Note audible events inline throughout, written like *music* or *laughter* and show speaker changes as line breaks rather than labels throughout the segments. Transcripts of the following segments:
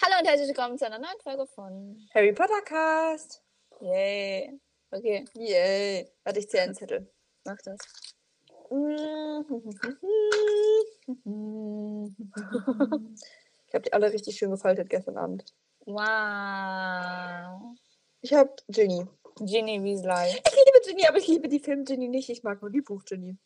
Hallo und herzlich willkommen zu einer neuen Folge von
Harry Potter Cast.
Yay. Okay. Yay. Warte, ich zähle einen Zettel. Mach das.
Mm.
Mm,
Ich habe die alle richtig schön gefaltet gestern Abend.
Wow.
Ich habe Ginny.
Ginny Weasley.
Ich liebe Ginny, aber ich liebe die Film Ginny nicht. Ich mag nur die Buch *laughs* Ginny.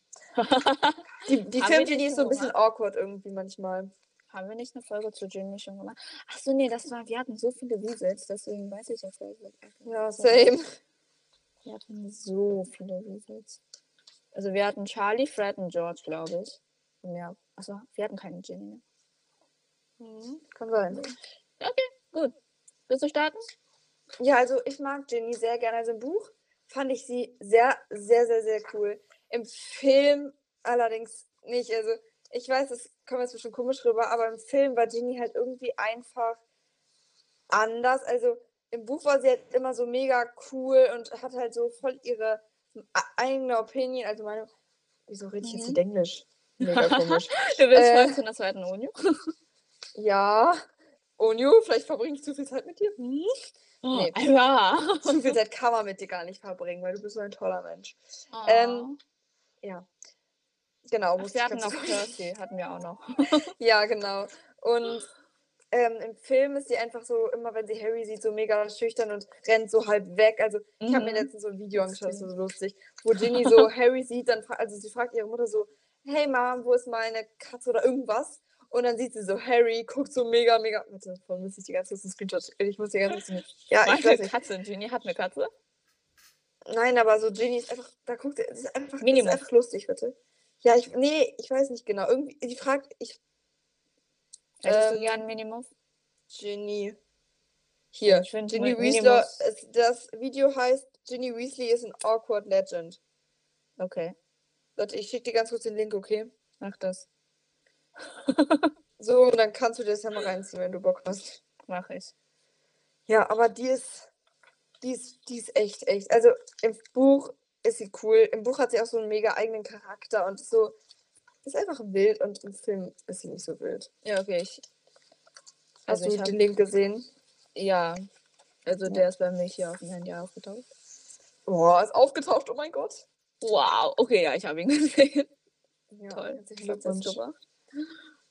Die, die
Haben
Film
wir die
Ginny ist so ein
schon
bisschen awkward irgendwie manchmal.
Haben wir nicht eine Folge zu Ginny schon gemacht? Achso, nee, das war, wir hatten so viele Weasels, deswegen weiß ich das gar nicht.
Ja, same.
Wir hatten so viele Weasels. Also wir hatten Charlie, Fred und George, glaube ich. Und Ja. Achso, wir hatten keine Ginny mehr.
Kann sein.
Willst du starten?
Ja, also ich mag Ginny sehr gerne. Also im Buch fand ich sie sehr, sehr, sehr, sehr cool. Im Film allerdings nicht. Also ich weiß, das kommt jetzt bestimmt komisch rüber, aber im Film war Ginny halt irgendwie einfach anders. Also im Buch war sie halt immer so mega cool und hat halt so voll ihre a- eigene Opinion. Also meine. Wieso rede ich jetzt
Mhm.
nicht Englisch? Mega komisch.
Du bist
Äh.
voll zu einer zweiten Uni.
ja. Onju, vielleicht verbringe ich zu viel Zeit mit dir. Hm?
Nee.
Nee.
Ja.
Zu viel Zeit kann man mit dir gar nicht verbringen, weil du bist so ein toller Mensch.
Ähm,
Genau, muss
wir
ich
hatten *laughs*
ganz
noch
kurz-
Percy, hatten wir auch noch.
Ja, genau. Und ähm, im Film ist sie einfach so, immer wenn sie Harry sieht, so mega schüchtern und rennt so halb weg. Also ich habe mir
Mhm.
letztens so ein Video angeschaut, das
Stimmt.
ist so lustig, wo Ginny
*laughs*
so Harry sieht, dann fra- also sie fragt ihre Mutter so, hey Mom, wo ist meine Katze oder irgendwas? Und dann sieht sie so Harry, guckt so mega, mega. Warte, vorhin muss ich die ganze Zeit einen Screenshot. Ich muss die ganze Zeit. Ja, ich weiß
Meine
nicht.
Katze, Ginny hat eine Katze.
Nein, aber so Ginny ist einfach, da guckt sie, es ist einfach, es ist
Minimum.
einfach lustig, bitte. Ja, ich, nee, ich weiß nicht genau. Irgendwie, die fragt, ich
Hättest du
Ähm,
gern Minimum?
Ginny. Hier,
Ich find
Ginny
Mo-
Weasley.
Minimus-
es- Das Video heißt Ginny Weasley is an awkward legend.
Okay,
Leute, ich schicke dir ganz kurz den Link, okay?
mach das.
So, und dann kannst du dir das ja mal reinziehen, wenn du Bock hast.
Mach ich.
Ja, aber die ist, die ist, die ist echt, echt. Also im Buch ist sie cool. Im Buch hat sie auch so einen mega eigenen Charakter und ist so ist einfach wild und im Film ist sie nicht so wild.
Ja, okay. Ich,
Hast
also
du
ich hab,
den Link gesehen?
ja. Also
Ja.
der ist bei mir hier auf dem Handy aufgetaucht.
Boah, ist aufgetaucht, oh mein Gott.
Wow, okay, ja, ich habe ihn gesehen.
Ja,
Toll.
herzlichen
Glückwunsch.
Glückwunsch.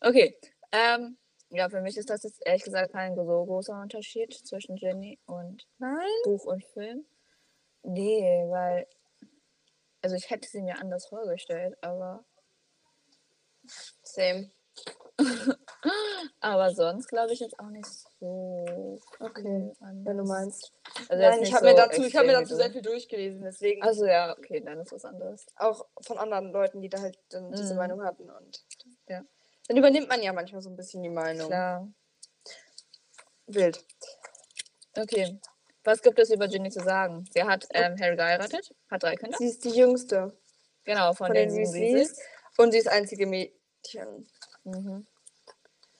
Okay. Ähm, ja, für mich ist das jetzt ehrlich gesagt kein so großer Unterschied zwischen Ginny und
Nein?
Buch und Film? Nee, weil. Also ich hätte sie mir anders vorgestellt, aber.
Same.
Aber sonst glaube ich jetzt auch nicht so.
Okay, wenn du meinst.
Also
Nein, ich habe mir dazu, ich habe mir dazu sehr
selbst.
viel durchgelesen, deswegen
Also ja, okay, dann ist was anderes.
auch von anderen Leuten, die da halt dann diese
Mhm.
Meinung hatten und
Ja.
Dann übernimmt man ja manchmal so ein bisschen die Meinung.
Klar.
Wild.
Okay. Was gibt es über Ginny zu sagen? Sie hat ähm, Harry geheiratet, hat drei Kinder.
Sie ist die jüngste
Genau, von,
von
den,
den
den
Weasleys und sie ist einzige Mädchen.
Mhm.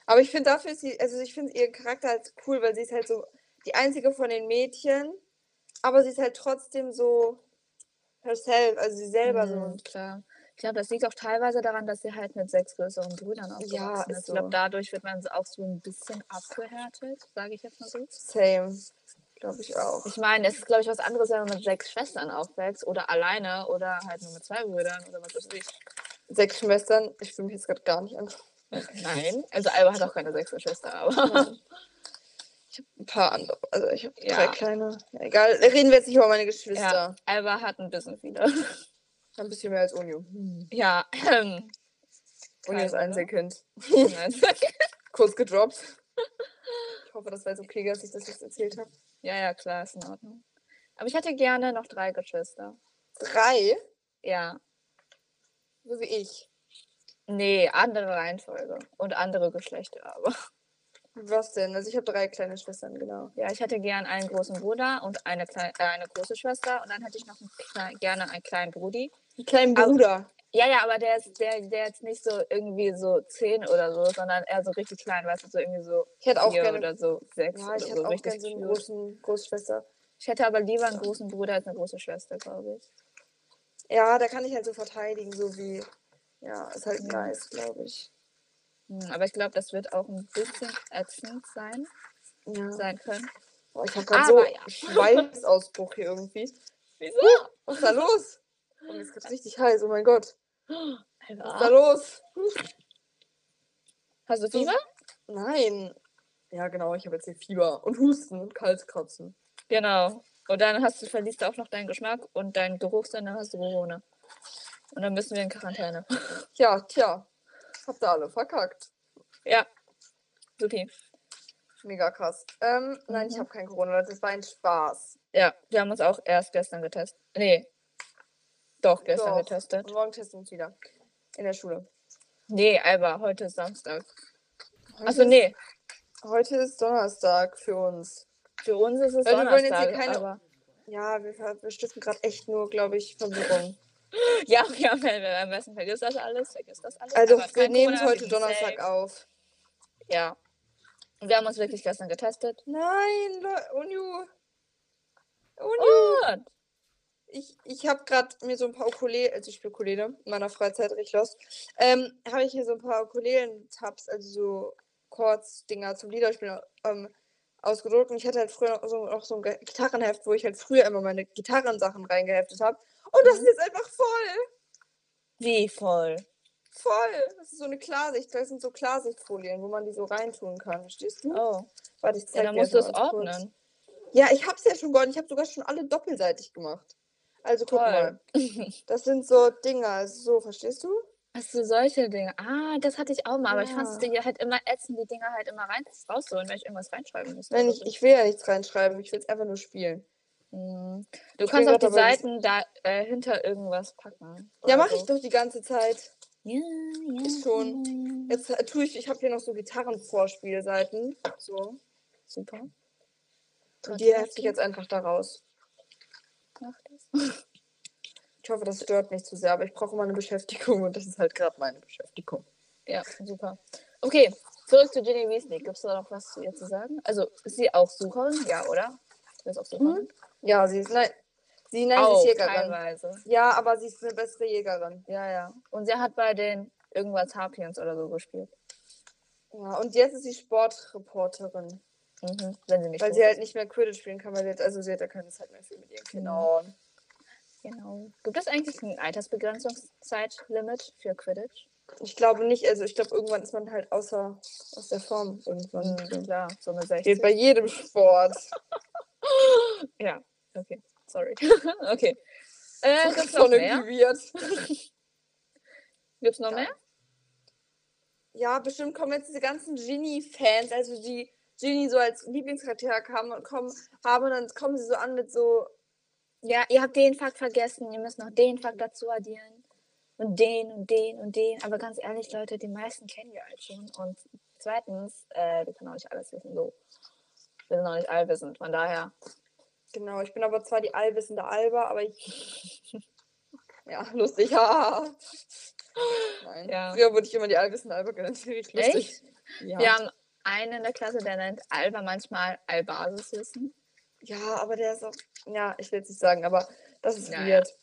Aber ich finde dafür ist sie, also ich finde ihren Charakter halt cool, weil sie ist halt so die einzige von den Mädchen, aber sie ist halt trotzdem so herself, also sie selber so.
Mhm, klar. Ich glaube, das liegt auch teilweise daran, dass sie halt mit sechs größeren Brüdern aufgewachsen ist.
ist
Ich glaube,
so.
dadurch wird man so auch so ein bisschen abgehärtet, sage ich jetzt mal so.
Same, glaube ich auch.
Ich meine, es ist, glaube ich, was anderes, wenn man mit sechs Schwestern aufwächst oder alleine oder halt nur mit zwei Brüdern oder was weiß ich.
Sechs Schwestern, ich fühle mich jetzt gerade gar nicht an.
Nein, also Alba hat auch keine sechste Schwester, aber
Nein. Ich habe ein paar andere. Also ich habe
Ja.
drei kleine. Ja, egal, reden wir jetzt nicht über meine
ja,
Geschwister.
*laughs* Alba hat ein bisschen viele.
Ein bisschen mehr als Unio. Hm.
Ja, *clears throat* ähm,
Unio ist
Keine,
Einzelkind.
nein.
Kurz gedroppt. *laughs* Ich hoffe, das war jetzt okay, dass ich das jetzt erzählt habe.
ja, ja, klar, ist in Ordnung. Aber ich hätte gerne noch drei Geschwister.
Drei,
Ja,
so wie ich.
nee, andere Reihenfolge und andere Geschlechter, aber.
Was denn? Also ich habe drei kleine Schwestern, genau.
Ja, ich hätte gern einen großen Bruder und eine, klei- äh, eine große Schwester und dann hätte ich noch einen, klei- gerne einen kleinen Brudi.
Einen kleinen
Aber-
Bruder.
Ja, ja, aber der ist der, der jetzt nicht so irgendwie so zehn oder so, sondern eher so richtig klein, weißt du, so irgendwie so
Ich hätte auch
vier
gerne.
oder so sechs
Ja,
oder
ich
so
hätte auch
richtig
gerne so einen
cute.
großen Großschwester.
Ich hätte aber lieber einen großen Bruder als eine große Schwester, glaube ich.
Ja, da kann ich halt so verteidigen, so wie. Ja, ist halt
Ja.
nice, glaube ich.
Hm, aber ich glaube, das wird auch ein bisschen ätzend sein.
Ja.
sein können.
Boah, ich habe gerade so
Aber ja. *laughs*
einen Schweißausbruch hier irgendwie.
Wieso?
Was ist da los? Oh, mir ist gerade richtig Ah. heiß, oh mein Gott. Was ist da
Alter.
los?
Hast du Fieber?
Nein. Ja, genau, ich habe jetzt hier Fieber und Husten und Kaltkratzen.
Genau. Und dann hast du, verliest du auch noch deinen Geschmack und deinen Geruchssinn, dann hast du Corona. Und dann müssen wir in Quarantäne.
Ja, tja. Habt ihr alle verkackt.
Ja. Supi.
Mega krass. Ähm, nein, ich
Mhm.
habe kein Corona, Leute. Das war ein Spaß.
Ja, wir haben uns auch erst gestern getestet. Nee. Doch, gestern
Doch.
getestet.
Und morgen testen wir uns wieder. In der Schule.
Nee, aber heute ist Samstag.
Heute
Also
ist-
nee,
Heute ist Donnerstag für uns.
für uns ist es
Leute, wir
Donnerstag.
wollen jetzt hier keine-
aber *laughs*
Ja, wir, ver- wir stiften gerade echt nur, glaube ich, Verwirrung.
ja, ja, am besten vergisst das alles, vergisst das alles.
Also,
aber
wir
kein
nehmen es
Corona,
heute
wir sind
Donnerstag
safe.
auf.
Ja. Und wir haben uns wirklich gestern getestet.
Nein, Leu- Unju. Unju.
Und
Ich, ich habe gerade mir so ein paar Ukulele, also ich spiele Ukulele in meiner Freizeit richtig los, ähm, habe ich mir so ein paar Ukulelen-Tabs, also so Chords-Dinger zum Liederspielen ähm, ausgedruckt. Und ich hatte halt früher noch so, noch so ein Ge- Gitarrenheft, wo ich halt früher immer meine Gitarrensachen reingeheftet habe. Und
Mhm.
das ist jetzt einfach voll,
wie voll.
voll. Das ist so eine Klarsicht, das sind so Klarsichtfolien, wo man die so reintun kann, verstehst du?
Oh.
Warte, ich
Ja,
zeig
dann
dir
musst du
das
es
mal ganz kurz.
ordnen.
Ja, ich hab's ja schon geordnet. Ich habe sogar schon alle doppelseitig gemacht. Also guck
Toll.
mal. Das sind so Dinger, so, verstehst du?
Hast du solche Dinge? Ah, das hatte ich auch mal, aber ich fand es
Ja.
Dinge halt immer ätzend, die Dinger halt immer rein rauszuholen, wenn ich irgendwas reinschreiben musste.
Nein,
Also,
ich, ich will ja nichts reinschreiben, ich will es einfach nur spielen.
mm. Du
Mhm.
kannst
ich
auch
bin
die
grad dabei, das-
Seiten da äh, hinter irgendwas packen.
ja,
oder
mache
so.
ich doch die ganze Zeit.
Ja, ja,
Ist schon.
ja, ja.
Jetzt äh, tue ich, ich habe hier noch so Gitarrenvorspielseiten. So.
Super.
Und die hefte ich jetzt einfach daraus.
Mach das.
Ich hoffe, das stört nicht zu sehr, aber ich brauche immer eine Beschäftigung und das ist halt gerade meine Beschäftigung.
Ja, super. Okay, zurück zu Ginny Weasley. Gibt es da noch was zu ihr zu sagen? Also, ist sie auch Sucherin? Ja, oder? Sie ist auch Sucherin?
Ja, sie ist, nein, sie, nein,
auch,
sie Mhm, ist Jägerin.
teilweise.
Ja, aber sie ist eine bessere Jägerin.
Ja, ja. Und sie hat bei den irgendwas Harpions oder so gespielt.
Ja, und jetzt ist sie Sportreporterin.
Mhm. Wenn sie nicht
Weil
tot
sie
ist.
halt nicht mehr Quidditch spielen kann, weil sie, jetzt- also sie hat ja keine Zeit mehr für mit ihren Kindern.
Genau. Gibt es eigentlich ein Altersbegrenzungszeitlimit für Quidditch?
Ich glaube nicht, also ich glaube, irgendwann ist man halt außer, aus der Form irgendwann.
Mhm, Klar, Also so eine
Geht
60.
bei jedem
*laughs*
Sport.
Ja, okay. Sorry. *laughs* okay. Äh, gibt's
so
noch
eine
mehr?
Gewirrt.
Gibt's noch mehr?
Ja, bestimmt kommen jetzt diese ganzen Ginny-Fans, also die Ginny so als Lieblingscharakter kamen und kommen, haben und dann kommen sie so an mit so,
Ja, ihr habt den Fakt vergessen. Ihr müsst noch den Fakt dazu addieren. Und den und den und den. Aber ganz ehrlich, Leute, die meisten kennen wir halt schon. Und zweitens, äh, wir können auch nicht alles wissen. So. Wir sind auch nicht allwissend. Von daher,
genau, ich bin aber zwar die allwissende Alba, aber ich.
*laughs*
Ja, lustig, haha. Nein.
Ja.
Früher wurde ich immer die allwissende Alba genannt. *laughs* Richtig lustig.
Echt? Wir haben einen in der Klasse, der nennt Alba manchmal Albasiswissen.
Ja, aber der ist auch. Ja, ich will es nicht sagen, aber das ist
Naja.
weird.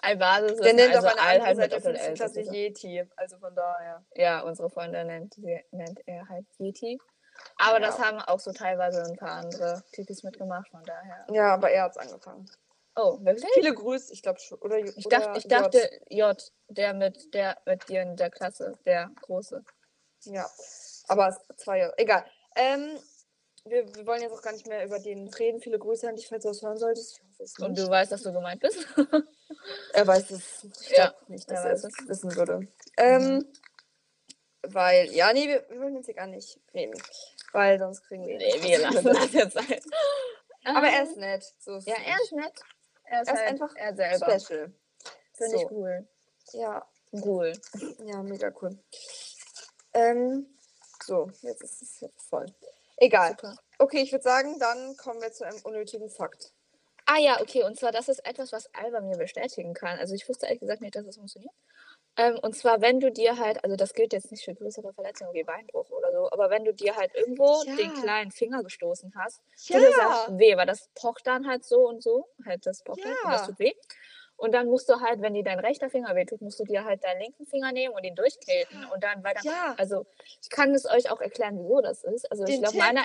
Albasiswissen.
Der nennt
also
auf einer
Al
anderen
halt mit
Seite
Doppel
15.
L.
Klasse
sozusagen.
Yeti. Also von daher.
Ja, unsere Freunde nennt, sie, nennt er halt Yeti. Aber das
Ja.
haben auch so teilweise ein paar andere Titis mitgemacht, von daher.
Ja, aber er hat's angefangen.
Oh, wirklich?
Viele Grüße, ich glaube schon. Oder,
Ich,
oder
dacht, ich
J.
dachte, J, der mit der mit dir in der Klasse, der Große.
Ja, aber es zwei Jahre. Egal. Ähm, wir, wir wollen jetzt auch gar nicht mehr über den reden. Viele Grüße an dich, falls du das hören solltest. Ich hoffe es
Und
nicht.
du weißt, dass du gemeint
*laughs*
bist.
Er weiß es. Ich
Ja,
glaub nicht,
er
dass er
weiß
es wissen würde. Ähm, weil, ja, nee, wir, wir wollen jetzt hier gar nicht reden. Weil sonst kriegen wir.
nee, wir lassen das jetzt sein.
*laughs* Aber er
Ähm,
ist nett. So ist
Ja,
es
er ist nett. Er ist,
Er ist
halt
einfach
er
nicht.
selber.
special.
Finde ich
So.
cool.
Ja,
Cool.
ja, mega cool. Ähm, so, jetzt ist es jetzt voll. Egal.
Super.
Okay, ich würde sagen, dann kommen wir zu einem unnötigen Fakt.
Ah ja, okay. Und zwar, das ist etwas, was Alba mir bestätigen kann. Also ich wusste ehrlich gesagt nicht, dass das funktioniert. Ähm, und zwar, wenn du dir halt, also das gilt jetzt nicht für größere Verletzungen wie Beinbruch oder so, aber wenn du dir halt irgendwo
Ja.
den kleinen Finger gestoßen hast, tut das auch weh, weil das pocht dann halt so und so, halt das pocht halt und
Ja.
das tut weh. Und dann musst du halt, wenn dir dein rechter Finger weh tut, musst du dir halt deinen linken Finger nehmen und ihn durchkneten und dann weiter
ja.
Also ich kann es euch auch erklären, wieso das ist. Also ich
Den
glaube,
Tipp.
meiner,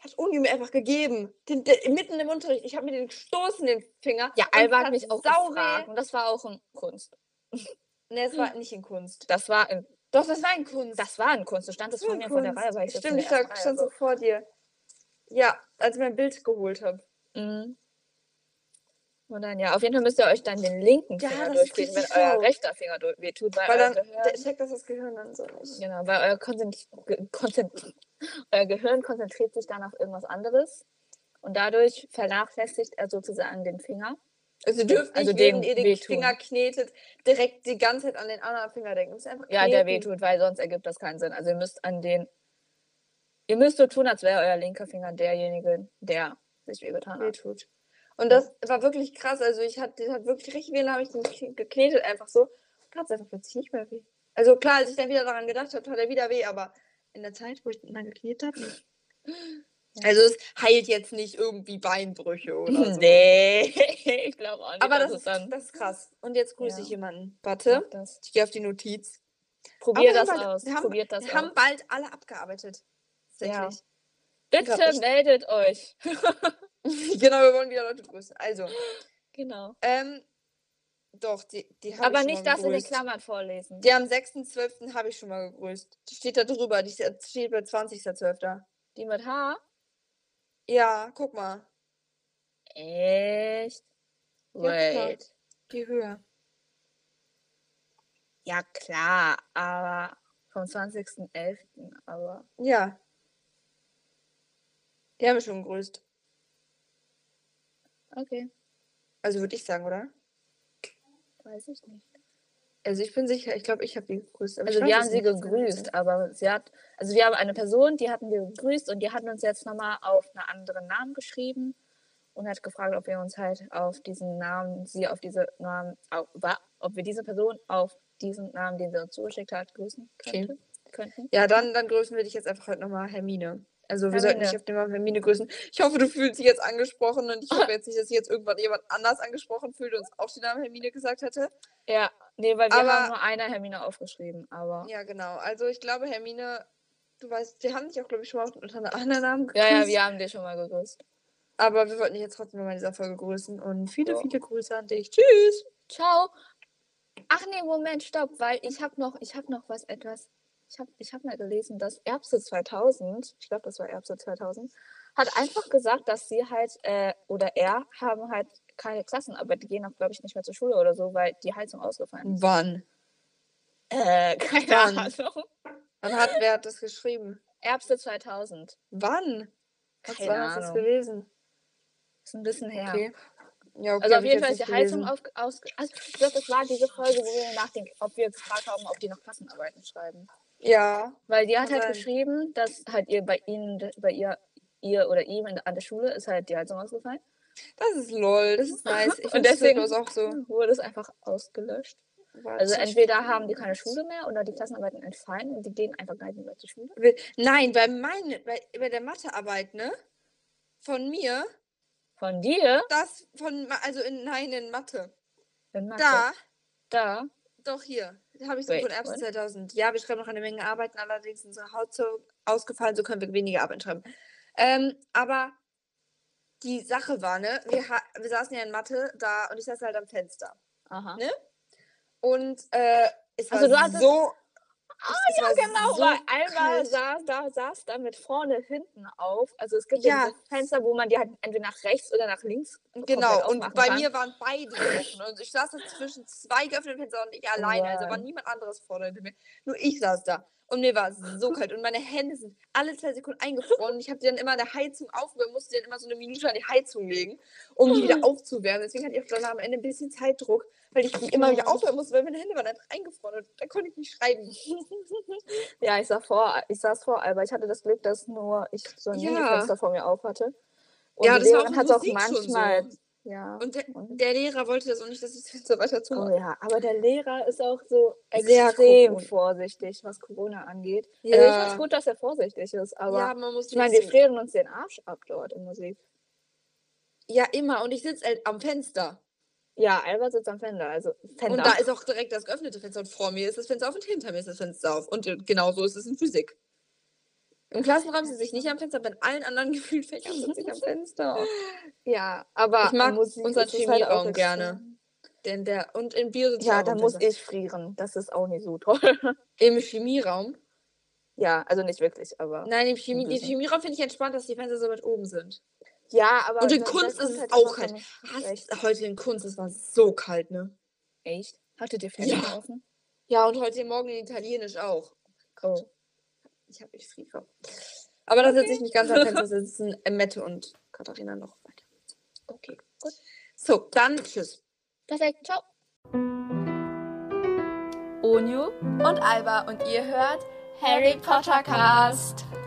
hat Uni mir einfach gegeben. Den, den, mitten im Unterricht. Ich habe mir den gestoßen, den Finger.
Ja,
Und
Alba
es
hat mich auch gefragt.
sau
Hm.
weh.
Und das war auch in Kunst.
Nee, es war nicht in Kunst.
Das war in,
Doch, das war in Kunst.
das war in Kunst. Du standest vor mir vor der
Kunst.
Reihe, weil ich jetzt in
Stimmt,
der
ich lag-
ersten
stand
Reihe
so vor dir. Ja, als ich mein Bild geholt habe.
war. Mhm. Und dann, ja, auf jeden Fall müsst ihr euch dann den linken
Ja,
Finger
das ist
durchgehen, wenn
richtig
euer
schlau.
rechter Finger durch- wehtut, weil,
Weil dann
euer Gehirn,
der- checkt das das Gehirn dann so nicht.
genau, weil euer, Konzent, Ge- Konzent, *laughs* euer Gehirn konzentriert sich dann auf irgendwas anderes und dadurch vernachlässigt er sozusagen den Finger.
Also ihr dürft nicht,
Also
während
dem
ihr den
wehtun.
Finger knetet, direkt die ganze Zeit an den anderen Finger denken. Müsst ihr einfach
Ja, der
kneten.
wehtut, weil sonst ergibt das keinen Sinn. Also ihr müsst an den, ihr müsst so tun, als wäre euer linker Finger derjenige, der sich wehgetan hat.
wehtut. Und das war wirklich krass. Also ich hatte, den hat wirklich richtig weh, dann habe ich den kn- geknetet einfach so. Und hat es einfach plötzlich nicht mehr weh. Also klar, als ich dann wieder daran gedacht habe, hat er wieder weh, aber in der Zeit, wo ich den dann geknetet habe. nicht. Also es heilt jetzt nicht irgendwie Beinbrüche oder so.
Mhm. Nee, *laughs* ich glaube auch nicht. Also
aber
dass
das,
es
ist, das ist krass. Und jetzt grüße
Ja.
ich jemanden. Warte,
Das.
ich gehe auf die Notiz.
Probier
Aber wir
das
haben bald-
aus.
wir haben-
Probiert das
Wir haben
aus.
bald alle abgearbeitet.
Ja.
Tatsächlich.
Bitte
glaub, ich-
meldet euch. *laughs*
*laughs* genau, wir wollen wieder Leute grüßen. Also,
Genau.
ähm, doch, die, die haben
Aber
ich
nicht
schon mal
das in den
gegrüßt.
Klammern vorlesen.
Die am 6.12. habe ich schon mal gegrüßt. Die steht da drüber, die ist- steht bei 20.12.
Die mit H?
Ja, guck mal.
Echt?
guck mal.
Wait.
Die höher.
Ja, klar, aber vom 20.11. Aber.
Ja. Die haben wir schon gegrüßt.
Okay,
Also würde ich sagen, oder?
weiß ich nicht.
Also ich bin sicher, ich glaube, ich habe die gegrüßt. aber ich
Also
weiß
wir haben
es
sie
nicht.
gegrüßt, aber sie hat, also wir haben eine Person, die hatten wir gegrüßt und die hat uns jetzt nochmal auf einen anderen Namen geschrieben und hat gefragt, ob wir uns halt auf diesen Namen, sie auf diese Namen, auf, wa- ob wir diese Person auf diesen Namen, den sie uns zugeschickt hat, grüßen
Okay.
könnten. könnten.
Ja, dann, dann grüßen wir dich jetzt einfach heute nochmal Hermine. Also wir sollten
Hermine.
dich auf den Namen Hermine grüßen. Ich hoffe, du fühlst dich jetzt angesprochen und ich
*laughs*
hoffe jetzt nicht, dass sich jetzt irgendwann jemand anders angesprochen fühlt und uns auch den Namen Hermine gesagt hätte.
Ja, nee, weil wir
Aber-
haben nur einer Hermine aufgeschrieben, aber.
Ja, genau. Also ich glaube, Hermine, du weißt, wir haben dich auch, glaube ich, schon mal unter einem anderen Namen
Ja,
gegrüßt.
ja, wir haben dich schon mal gegrüßt.
Aber wir wollten dich jetzt trotzdem nochmal in dieser Folge grüßen und viele,
Ja.
viele Grüße an dich. Tschüss!
Ciao. Ach nee, Moment, stopp, weil ich habe noch, ich habe noch was etwas. Ich habe ich hab mal gelesen, dass Erbse 2000, ich glaube, das war Erbse 2000, hat einfach gesagt, dass sie halt äh, oder er haben halt keine Klassenarbeit, die gehen auch, glaube ich, nicht mehr zur Schule oder so, weil die Heizung ausgefallen ist.
Wann?
Äh, keine
Wann?
Ahnung.
Wann hat wer hat das geschrieben?
Erbse 2000.
Wann? Was
Keine
wann hast du das
Ahnung.
gelesen?
Ist ein bisschen her.
Okay. Ja, okay.
Also
hab
auf
ich
jeden
jetzt
Fall ist
nicht
die Heizung
gelesen.
auf, aus. Also, ich glaub, das war diese Folge, wo wir nachdenken, ob wir gefragt haben, ob die noch Klassenarbeiten schreiben.
Ja.
Weil die hat
Kann
halt
sein.
geschrieben, dass halt ihr bei ihnen, bei ihr, ihr oder ihm in, an der Schule ist halt die Heizung ausgefallen.
Das ist lol, das ist nice. Ich
Und
finde
deswegen-
das auch so.
Wurde es einfach ausgelöscht. Also entweder haben die keine Schule mehr oder die Klassenarbeiten entfallen und die gehen einfach gar nicht mehr zur Schule.
Will- Nein, bei meine, bei, bei der Mathearbeit, ne? Von mir,
Von dir,
das von, Ma- also in, nein, in Mathe.
in Mathe,
Da,
da,
doch hier. Da habe ich so
Wait,
von Erbsen
what?
2000. Ja, wir schreiben noch eine Menge Arbeiten, allerdings ist unsere Haut so ausgefallen, so können wir weniger Arbeiten schreiben. Ähm, aber die Sache war, ne? Wir, ha- wir saßen ja in Mathe da und ich saß halt am Fenster.
aha.
Ne? Und äh, es war
Also du hattest-
so. Ah,
Ja, genau,
so
weil einmal
kalt.
saß, da, saß da mit vorne, hinten auf. Also es gibt ja
Ja.
dieses Fenster, wo man die halt entweder nach rechts oder nach links komplett
Genau, und
aufmachen
bei
kann.
mir waren beide offen. Und ich saß da zwischen zwei geöffneten Fenstern und ich alleine. Also war
Mann.
niemand anderes vorne hinter mir. Nur ich saß da. Und mir war so kalt. Und meine Hände sind alle zwei Sekunden eingefroren. Und ich habe die dann immer an der Heizung aufgewärmt, musste die dann immer so eine Minute an die Heizung legen, um die
*laughs*
wieder aufzuwärmen. Deswegen hatte ich auch dann am Ende ein bisschen Zeitdruck, weil ich die immer wieder
Ja.
aufwärmen musste, weil meine Hände waren einfach eingefroren. Und da konnte ich nicht schreiben.
*laughs* Ja, ich, sah vor, ich saß vor Alba. Ich hatte das Glück, dass nur ich so ein
Ja.
Minifenster vor mir auf hatte. Und
Ja,
die
das war auch
Lehrerin
in
hat's auch
Musik schon so.
manchmal. Ja.
Und der,
Und-
der Lehrer wollte das auch nicht, dass ich das Fenster weiter
Oh
zumache.
ja, aber der Lehrer ist auch so
Sehr
extrem
Corona-
vorsichtig, was Corona angeht.
Ja.
Also ich find's gut, dass er vorsichtig ist, aber
ja, man muss
ich meine, wir
trotzdem-
frieren uns den Arsch ab dort in Musik.
Ja, immer. Und ich sitze halt am Fenster.
Ja, Alba sitzt am Fender, also Fender.
Und da
*laughs*
ist auch direkt das geöffnete Fenster. Und vor mir ist das Fenster auf und hinter mir ist das Fenster auf. Und äh, genau so ist es in Physik. Im Klassenraum sitze ich nicht am Fenster, bei allen anderen *laughs* gefühlt Fächern sitze *laughs* ich am Fenster. Ja, aber
Ich mag
unseren
ist es halt auch
Chemieraum
extrem.
gerne. Denn der, und in Bio sitze ich
Ja,
auch
da
am
muss
Fenster.
ich frieren. Das ist auch nicht so toll. *laughs*
Im Chemieraum?
ja, also nicht wirklich, aber.
Nein, im Chemie, im
Bisschen.
Chemieraum finde ich entspannt, dass die Fenster so weit oben sind.
Ja, aber.
Und in
das-
Kunst
das
ist es
kommt
auch
immer
halt-
vom-
Hast,
Echt?
heute in Kunst, es war so kalt, ne?
Echt? Hattet ihr Fenster
Ja.
offen?
Ja, und heute Morgen in Italienisch auch.
Oh.
Ich habe ich friere. Aber da sitze
Okay.
ich nicht ganz am Fenster, da sitzen äh, Mette und Katharina noch weiter.
Okay, gut.
So, dann tschüss.
Perfekt, ciao.
Onio und Alba und ihr hört Harry Potter Cast.